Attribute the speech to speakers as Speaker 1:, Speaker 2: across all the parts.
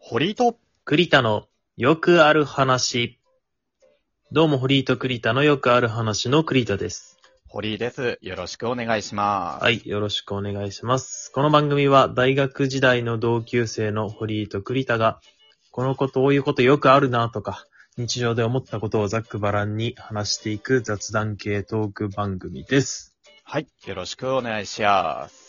Speaker 1: 堀井と、
Speaker 2: 栗田のよくある話。どうも、堀井と栗田のよくある話の栗田です。
Speaker 1: 堀井です。よろしくお願いします。
Speaker 2: はい、よろしくお願いします。この番組は大学時代の同級生の堀井と栗田が、このこと、こういうことよくあるなとか、日常で思ったことをざっくばらんに話していく雑談系トーク番組です。
Speaker 1: はい。よろしくお願いします。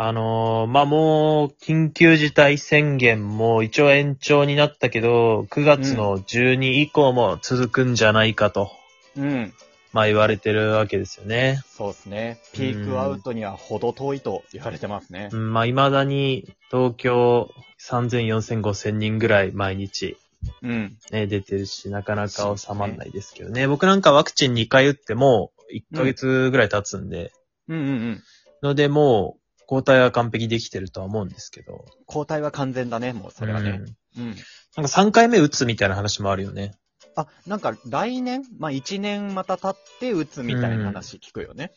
Speaker 2: あのー、まあ、もう、緊急事態宣言も一応延長になったけど、9月の12以降も続くんじゃないかと。
Speaker 1: うん。
Speaker 2: まあ言われてるわけですよね。
Speaker 1: そうですね。ピークアウトにはほど遠いと言われてますね
Speaker 2: う。ん、まあ未だに東京3000、4000、5000人ぐらい毎日、
Speaker 1: うん。
Speaker 2: ね、出てるし、なかなか収まんないですけどね。僕なんかワクチン2回打ってもう1ヶ月ぐらい経つんで、
Speaker 1: うんうんうん。
Speaker 2: のでもう抗体は完璧できてるとは思うんですけど。
Speaker 1: 交代は完全だね、もうそれは
Speaker 2: うん
Speaker 1: ね。うん。
Speaker 2: なんか3回目打つみたいな話もあるよね。
Speaker 1: あ、なんか来年、まあ1年また経って打つみたいな話聞くよね。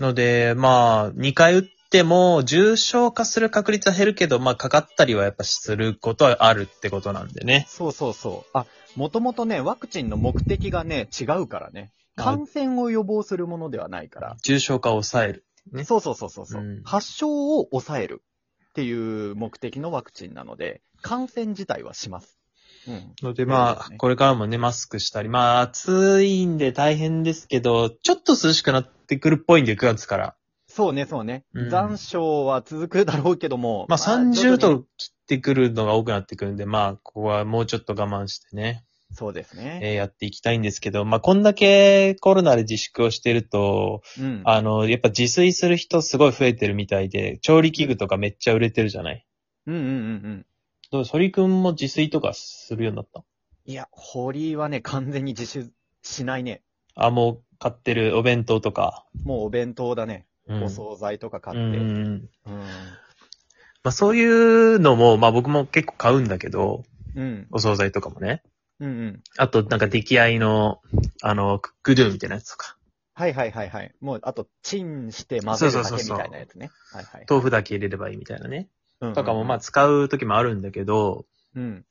Speaker 2: ので、まあ2回打っても重症化する確率は減るけど、まあかかったりはやっぱすることはあるってことなんでね。
Speaker 1: そうそうそう。あ、もともとね、ワクチンの目的がね、違うからね。感染を予防するものではないから。
Speaker 2: 重症化を抑える。ね
Speaker 1: そうそうそうそうそう、
Speaker 2: うん
Speaker 1: 発症を抑えるっていう目的のワクチンなので、感染自体はします。うん。
Speaker 2: ので、
Speaker 1: そうで
Speaker 2: ますあ
Speaker 1: ね、
Speaker 2: これからもね、マスクしたり、まあ、暑いんで大変ですけど、ちょっと涼しくなってくるっぽいんで、9月から。
Speaker 1: そうね、そうね。
Speaker 2: うん
Speaker 1: 残暑は続くだろうけども。
Speaker 2: まあ、30。
Speaker 1: 徐々に
Speaker 2: 度切ってくるのが多くなってくるんで、まあ、ここはもうちょっと我慢してね、
Speaker 1: そうですね。
Speaker 2: えーやっていきたいんですけど、まあ、こんだけコロナで自粛をしてると、
Speaker 1: うん。
Speaker 2: あの、やっぱ自炊する人すごい増えてるみたいで、調理器具とかめっちゃ売れてるじゃない
Speaker 1: うんうんうんうん。
Speaker 2: どう、ソリ君も自炊とかするようになった
Speaker 1: いや、堀井はね、完全に自主しないね。
Speaker 2: あ、もう買ってるお弁当とか。
Speaker 1: もうお弁当だね。
Speaker 2: うん
Speaker 1: お惣菜とか買
Speaker 2: うん
Speaker 1: って。
Speaker 2: うんうん
Speaker 1: うん。
Speaker 2: まあそういうのも、まあ僕も結構買うんだけど、
Speaker 1: うん。
Speaker 2: お惣菜とかもね。
Speaker 1: うんうん。
Speaker 2: あとなんか出来合いの、あの、クックドゥみたいなやつとか。
Speaker 1: はいはいはいはい。もう、あと、チンして混ぜるだけみたいなやつね。はいはい。
Speaker 2: 豆腐だけ入れればいいみたいなね。
Speaker 1: うんうんうん
Speaker 2: とかもまあ、使う時もあるんだけど、
Speaker 1: うん。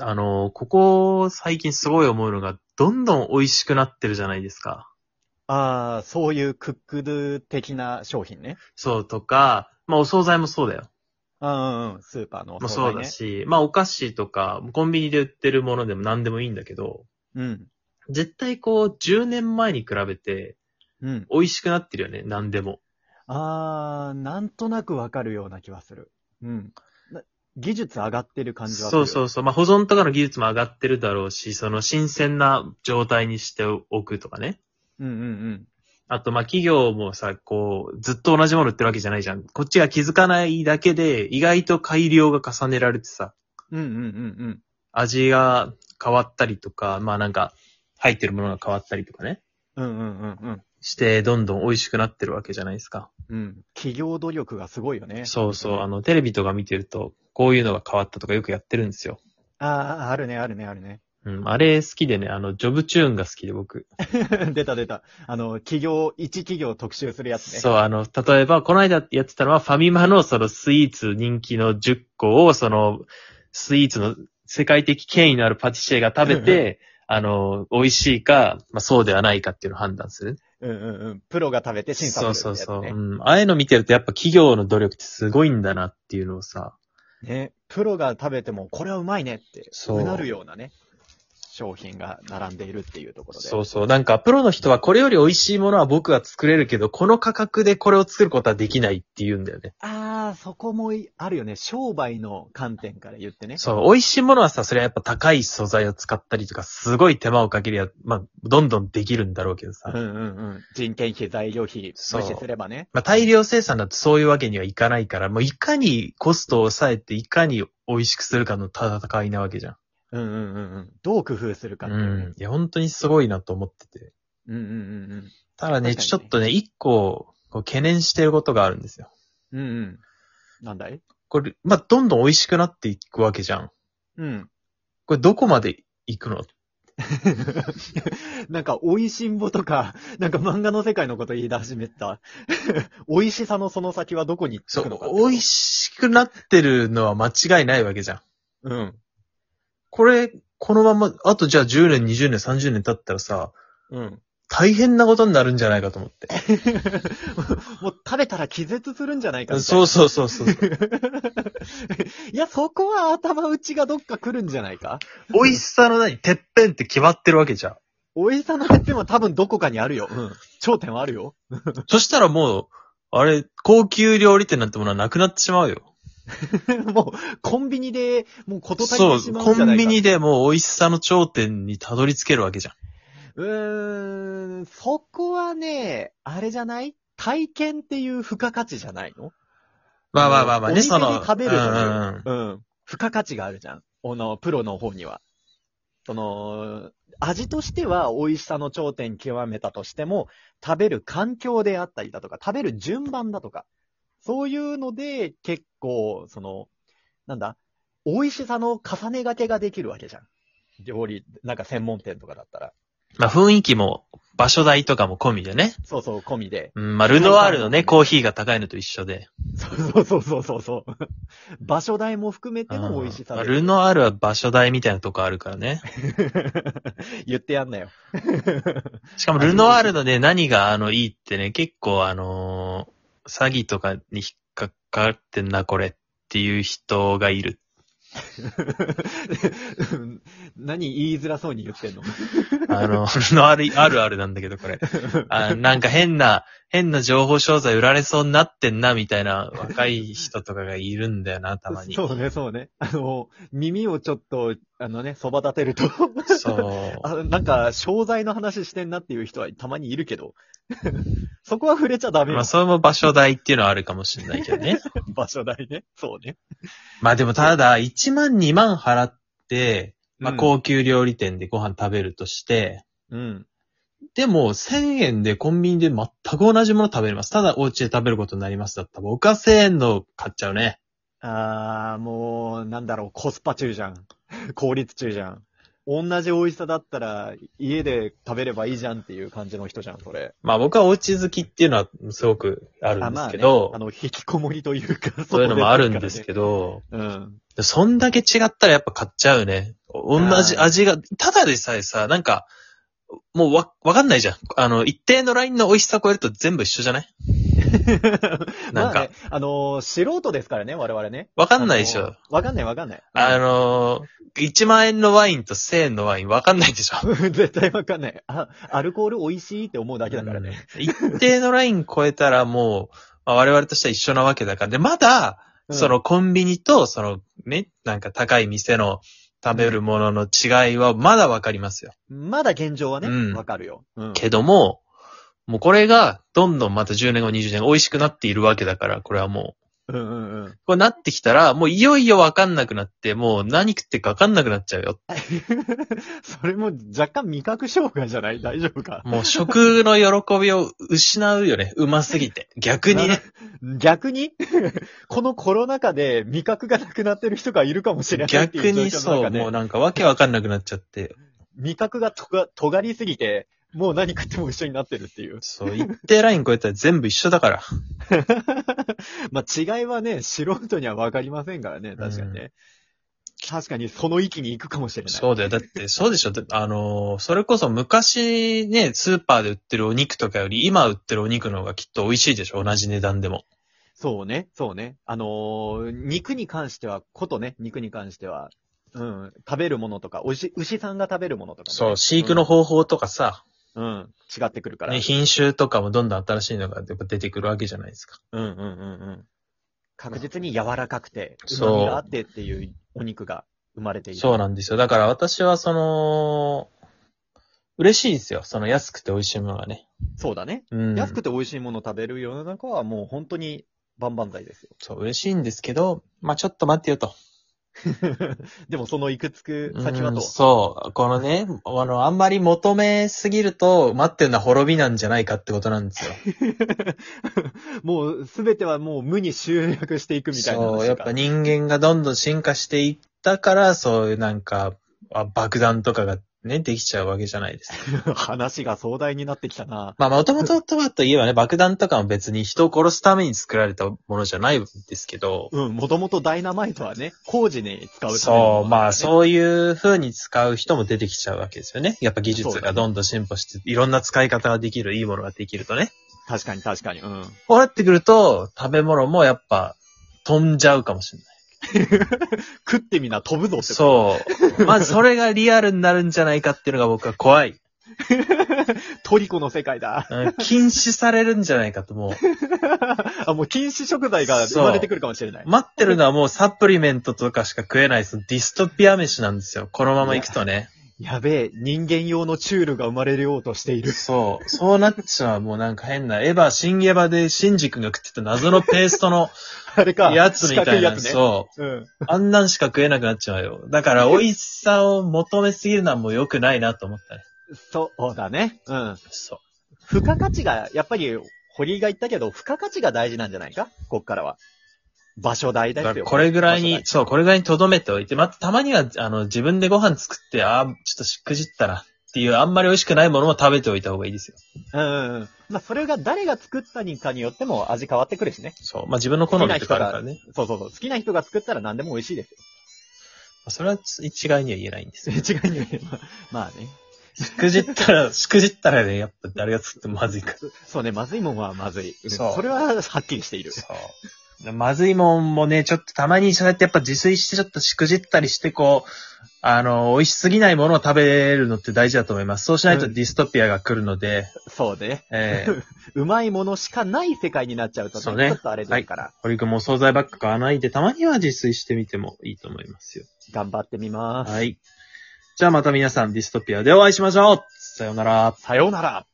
Speaker 2: あの、ここ最近すごい思うのが、どんどん美味しくなってるじゃないですか。
Speaker 1: ああ、そういうクックドゥ的な商品ね。
Speaker 2: そうとか、まあお惣菜もそうだよ。
Speaker 1: うんうんうん。スーパーのお
Speaker 2: もう
Speaker 1: 惣
Speaker 2: そう
Speaker 1: 菜
Speaker 2: だ
Speaker 1: ね。
Speaker 2: し、まあお菓子とか、コンビニで売ってるものでも何でもいいんだけど、
Speaker 1: うん。
Speaker 2: 絶対こう10年前に比べて
Speaker 1: うん。
Speaker 2: 美味しくなってるよね、何でも。
Speaker 1: ああ、なんとなくわかるような気はする。うん。な技術上がってる感じはす
Speaker 2: そ
Speaker 1: る。。
Speaker 2: うそううそう。まあ、保存とかの技術も上がってるだろうし、その新鮮な状態にしておくとかね。
Speaker 1: うんうんうん。
Speaker 2: あと、まあ、企業もさ、こう、ずっと同じもの売ってるわけじゃないじゃん。こっちが気づかないだけで、意外と改良が重ねられてさ、
Speaker 1: うんうんうん
Speaker 2: 味が変わったりとか、まあ、なんか、入ってるものが変わったりとかね。
Speaker 1: うん。うんうんうんうん。
Speaker 2: して、どんどん美味しくなってるわけじゃないですか。
Speaker 1: うん。企業努力がすごいよね。
Speaker 2: そうそう。あの、テレビとか見てると、こういうのが変わったとかよくやってるんですよ。
Speaker 1: ああ、あるね、あるね、あるね。
Speaker 2: うん。あれ好きでね、あの、ジョブチューンが好きで僕。
Speaker 1: 出た出た。あの、企業、一企業特集するやつね。
Speaker 2: そう、あの、例えば、この間やってたのは、ファミマのそのスイーツ人気の10個を、その、スイーツの世界的権威のあるパティシエが食べて、あの、美味しいか、まあ、そうではないかっていうのを判断する。
Speaker 1: う。うんうんうん。プロが食べて審査する
Speaker 2: そ
Speaker 1: や
Speaker 2: う
Speaker 1: つね。
Speaker 2: そうそう。うん。ああいうの見てると、やっぱ企業の努力ってすごいんだなっていうのをさ、
Speaker 1: ね、プロが食べても、これはうまいねって、
Speaker 2: そう
Speaker 1: うなるようなね、商品が並んでいるっていうところで。
Speaker 2: そうそう。なんか、プロの人はこれより美味しいものは僕は作れるけど、この価格でこれを作ることはできないっていうんだよね。
Speaker 1: ああ、そこもいあるよね。商売の観点から言ってね。
Speaker 2: そう、美味しいものはさ、それはやっぱ高い素材を使ったりとか、すごい手間をかけりゃ、まあ、どんどんできるんだろうけどさ。
Speaker 1: うんうんうん。人件費、材料費、無視
Speaker 2: そう
Speaker 1: すればね。
Speaker 2: まあ、大量生産だとそういうわけにはいかないから、もういかにコストを抑えて、いかに美味しくするかの戦いなわけじゃん。
Speaker 1: うんうんうんうん。どう工夫するか
Speaker 2: う
Speaker 1: っていうね
Speaker 2: ん。。いや、本当にすごいなと思ってて。
Speaker 1: うんうんうん
Speaker 2: た
Speaker 1: 確か
Speaker 2: だね、
Speaker 1: にね
Speaker 2: ちょっとね、一個、こう懸念してることがあるんですよ。
Speaker 1: うん。うんうん。なんだい
Speaker 2: これ、まあ、どんどん美味しくなっていくわけじゃん。
Speaker 1: うん。
Speaker 2: これどこまで行くの
Speaker 1: なんか、美味しんぼとか、なんか漫画の世界のこと言い出しめた。 美味しさのその先はどこに
Speaker 2: そ
Speaker 1: 行くのかって
Speaker 2: う
Speaker 1: こ、と
Speaker 2: 美味しくなってるのは間違いないわけじゃん。
Speaker 1: うん。
Speaker 2: これ、このまま、あとじゃあ10年、20年、30年経ったらさ、
Speaker 1: うん。
Speaker 2: 大変なことになるんじゃないかと思 って。
Speaker 1: もう食べたら気絶するんじゃないかみたい
Speaker 2: そ
Speaker 1: な。
Speaker 2: うそうそうそう。
Speaker 1: いや、そこは頭打ちがどっか来るんじゃないか
Speaker 2: 美味しさの何てっぺんって決まってるわけじゃん。
Speaker 1: 美味しさのてっぺんは多分どこかにあるよ。うん。頂点はあるよ。
Speaker 2: そしたらもう、あれ、高級料理店なんてものはなくなってしまうよ。
Speaker 1: もう、コンビニで、もうこと足り
Speaker 2: そ
Speaker 1: てし
Speaker 2: う、
Speaker 1: まうんじ
Speaker 2: コ
Speaker 1: ゃな
Speaker 2: ン
Speaker 1: いか。
Speaker 2: ビニでもう美味しさの頂点にたどり着けるわけじゃん。
Speaker 1: うーん、そこはね、あれじゃない体験っていう付加価値じゃないの
Speaker 2: まあまあまあまあ
Speaker 1: お
Speaker 2: ね、
Speaker 1: 店
Speaker 2: そ
Speaker 1: で
Speaker 2: の。
Speaker 1: 食べる
Speaker 2: う
Speaker 1: の
Speaker 2: ん
Speaker 1: よ
Speaker 2: うんうん。
Speaker 1: うん。付加価値があるじゃん。この、プロの方には。その、味としては美味しさの頂点極めたとしても、食べる環境であったりだとか、食べる順番だとか、そういうので結構、その、なんだ、美味しさの重ね掛けができるわけじゃん。料理、なんか専門店とかだったら。
Speaker 2: まあ雰囲気も、場所代とかも込みでね。
Speaker 1: そうそう、込みで。
Speaker 2: うん、まあルノワールのね、コーヒーが高いのと一緒で。
Speaker 1: そうそうそうそうそう。 場所代も含めての美味しさ
Speaker 2: うんま
Speaker 1: で
Speaker 2: あルノワールは場所代みたいなとこあるからね。
Speaker 1: 言ってやんなよ。
Speaker 2: しかもルノワールのね、何があの、いいってね、結構あのー詐欺とかに引っかかってんな、これっていう人がいる。
Speaker 1: うん 何言いづらそうに言ってんの
Speaker 2: あの、ルノワールあるあるなんだけど、これ。あなんか変な、変な情報商材売られそうになってんな、みたいな若い人とかがいるんだよな、たまに。
Speaker 1: そうね、そうね。あの、耳をちょっと、あのね、そば立てると
Speaker 2: そう。
Speaker 1: あ、なんか、商材の話してんなっていう人はたまにいるけど、 そこは触れちゃダメよ
Speaker 2: まあ、それも場所代っていうのはあるかもしれないけ どね。
Speaker 1: 場所代ね。そうね。
Speaker 2: まあでもただ、1万2万払って、まあ
Speaker 1: うん
Speaker 2: 高級料理店でご飯食べるとして、
Speaker 1: うん。
Speaker 2: でも1000円でコンビニで全く同じもの食べれます。ただお家で食べることになりますだったら、僕は1000円の買っちゃうね。
Speaker 1: あー、もう、なんだろう、コスパ中じゃん。効率中じゃん。同じ美味しさだったら、家で食べればいいじゃんっていう感じの人じゃん、それ。
Speaker 2: まあ僕はお家好きっていうのはすごくあるんですけど、
Speaker 1: あまあね、あの、引きこもりというか、
Speaker 2: そういうのもあるんですけ
Speaker 1: ど。
Speaker 2: ど、
Speaker 1: うん。
Speaker 2: そんだけ違ったらやっぱ買っちゃうね。お同じ
Speaker 1: あー
Speaker 2: 味が、ただでさえさ、なんか、もうわ、わかんないじゃん。あの、一定のラインの美味しさ超えると全部一緒じゃないな
Speaker 1: ま
Speaker 2: ん
Speaker 1: あ
Speaker 2: か
Speaker 1: ね、あのー素人ですからね、我々ね。
Speaker 2: わかんないでし
Speaker 1: あの
Speaker 2: ょ
Speaker 1: ー。。わかんないわかんない。
Speaker 2: あのー、1万円のワインと1000円のワインわかんないでしょ。
Speaker 1: うん 絶対わかんない。あ、アルコール美味しいって思うだけだからね。
Speaker 2: うん。一定のライン超えたらもう、まあ我々としては一緒なわけだから。で、まだ、
Speaker 1: うん
Speaker 2: そのコンビニと、そのね、なんか高い店の食べるものの違いはまだわかりますよ。
Speaker 1: まだ現状はね、わ、
Speaker 2: うん
Speaker 1: かるよ。うん。
Speaker 2: けども、もうこれが、どんどんまた10年後、20年後、美味しくなっているわけだから、これはもう。
Speaker 1: うんうん うん。
Speaker 2: これなってきたら、もういよいよわかんなくなって、もう何食ってかわかんなくなっちゃうよ。
Speaker 1: それも若干味覚障害じゃない大丈夫か
Speaker 2: もう食の喜びを失うよね。うますぎて。逆にね。
Speaker 1: 逆に このコロナ禍で味覚がなくなってる人がいるかもしれないっていう
Speaker 2: 逆
Speaker 1: 状況の中で。
Speaker 2: にそう、もうなんかわけわかんなくなっちゃって。
Speaker 1: 味覚がとが、尖りすぎて、もう何食っても一緒になってるっていう。
Speaker 2: そう、一定ライン超えたら全部一緒だから。
Speaker 1: まあ違いはね、素人にはわかりませんからね、確かにね。確かにその域に行くかもしれない。
Speaker 2: そうだよ。だって、そうでしょ。だあのーそれこそ昔ね、スーパーで売ってるお肉とかより、今売ってるお肉の方がきっと美味しいでしょ。同じ値段でも。
Speaker 1: そうね、そうね。あのー肉に関しては、ことね、肉に関しては、うん、食べるものとか、牛、牛さんが食べるものとか、ね。
Speaker 2: そう、飼育の方法とかさ、
Speaker 1: うん、うん、違ってくるから。
Speaker 2: ね、品種とかもどんどん新しいのがやっぱ出てくるわけじゃないですか。
Speaker 1: うん、うん、うん、うん。確実に柔らかくて、
Speaker 2: そう
Speaker 1: 旨味があってっていうお肉が生まれている。
Speaker 2: そうなんですよ。だから私はその、嬉しいですよ。その安くて美味しいものがね。
Speaker 1: そうだね。
Speaker 2: うん。
Speaker 1: 安くて美味しいものを食べる世の中はもう本当に万々歳ですよ。
Speaker 2: そう、嬉しいんですけど、まあちょっと待ってよと。
Speaker 1: でもそのいくつく先は
Speaker 2: うん
Speaker 1: と。
Speaker 2: そう。このね、あの、あんまり求めすぎると、待ってるのは滅びなんじゃないかってことなんですよ。
Speaker 1: もうすべてはもう無に集約していく みたいな話が。
Speaker 2: そう、やっぱ人間がどんどん進化していったから、そういうなんか、あ爆弾とかがね、できちゃうわけじゃないです。
Speaker 1: 話が壮大になってきたな。
Speaker 2: まあ、もともとはといえばね、爆弾とかも別に人を殺すために作られたものじゃないんですけど、
Speaker 1: うん、もともとダイナマイトはね、工事に使うための
Speaker 2: そう、まあ、
Speaker 1: う。
Speaker 2: そういう風に使う人も出てきちゃうわけですよね。やっぱ技術がどんどん進歩して、いろんな使い方ができる、いいものができるとね。
Speaker 1: 確かに確かに。うん。
Speaker 2: こうなってくると、食べ物もやっぱ、飛んじゃうかもしれない。
Speaker 1: 食ってみな飛ぶぞって。 う。
Speaker 2: そう。まずそれがリアルになるんじゃないかっていうのが僕は怖い。
Speaker 1: トリコの世界だ。
Speaker 2: うん禁止されるんじゃないかと、もう。
Speaker 1: あ、もう禁止食材が生まれてくるかもしれない。
Speaker 2: 待ってるのはもうサプリメントとかしか食えない、そのディストピア飯なんですよ。このまま行くとね。
Speaker 1: やべえ、人間用のチュールが生まれようとしている。
Speaker 2: そう。そうなっちゃう、もうなんか変な、エヴァ、新エヴァでシンジ君が食ってた謎のペースト の
Speaker 1: あれか。
Speaker 2: やつみたいな。
Speaker 1: 四角やつね。。
Speaker 2: そう
Speaker 1: ん。
Speaker 2: う。あんなんしか食えなくなっちゃうよ。だから、美味しさを求めすぎるのはもう良くないなと思ったね。
Speaker 1: そうだね。うん。
Speaker 2: そう。
Speaker 1: 付加価値が、やっぱり、堀井が言ったけど、付加価値が大事なんじゃないかこっからは。場所代で
Speaker 2: だか
Speaker 1: す
Speaker 2: ら
Speaker 1: よ。
Speaker 2: これぐらい
Speaker 1: 場所
Speaker 2: に、そう、これぐらいに留めておいて、またたまには、あの、自分でご飯作って、ああ、ちょっとしくじったらっていう、あんまり美味しくないものも食べておいた方がいいですよ。
Speaker 1: 代。うんうんうん。まあ、それが誰が作ったにかによっても味変わってくるしね。
Speaker 2: そう。まあ、自分の好みとかあるからね。
Speaker 1: そうそうそう。好きな人が作ったら何でも美味しいですよ。
Speaker 2: まあそれは一概には言えないんですよ。
Speaker 1: 違うには言えばまあね。
Speaker 2: しくじったら、しくじったらね、やっぱ誰が作ってもまずいから。
Speaker 1: そうね、まずいもんはまずい。うん
Speaker 2: そう
Speaker 1: それははっきりしてい る。
Speaker 2: そう。まずいもんもね、ちょっとたまにそうやってやっぱ自炊してちょっとしくじったりして、こう、あの、美味しすぎないものを食べるのって大事だと思います。そうしないと
Speaker 1: うん
Speaker 2: ディストピアが来るので、
Speaker 1: そうね。
Speaker 2: えー、
Speaker 1: うまいものしかない世界になっちゃうとね、
Speaker 2: そうね
Speaker 1: ちょっとあれですから、
Speaker 2: 堀くんもお惣菜ばっか買わないで、たまには自炊してみてもいいと思いますよ。
Speaker 1: 頑張ってみます。
Speaker 2: はい。じゃあまた皆さんディストピアでお会いしましょうさようなら。
Speaker 1: さようなら。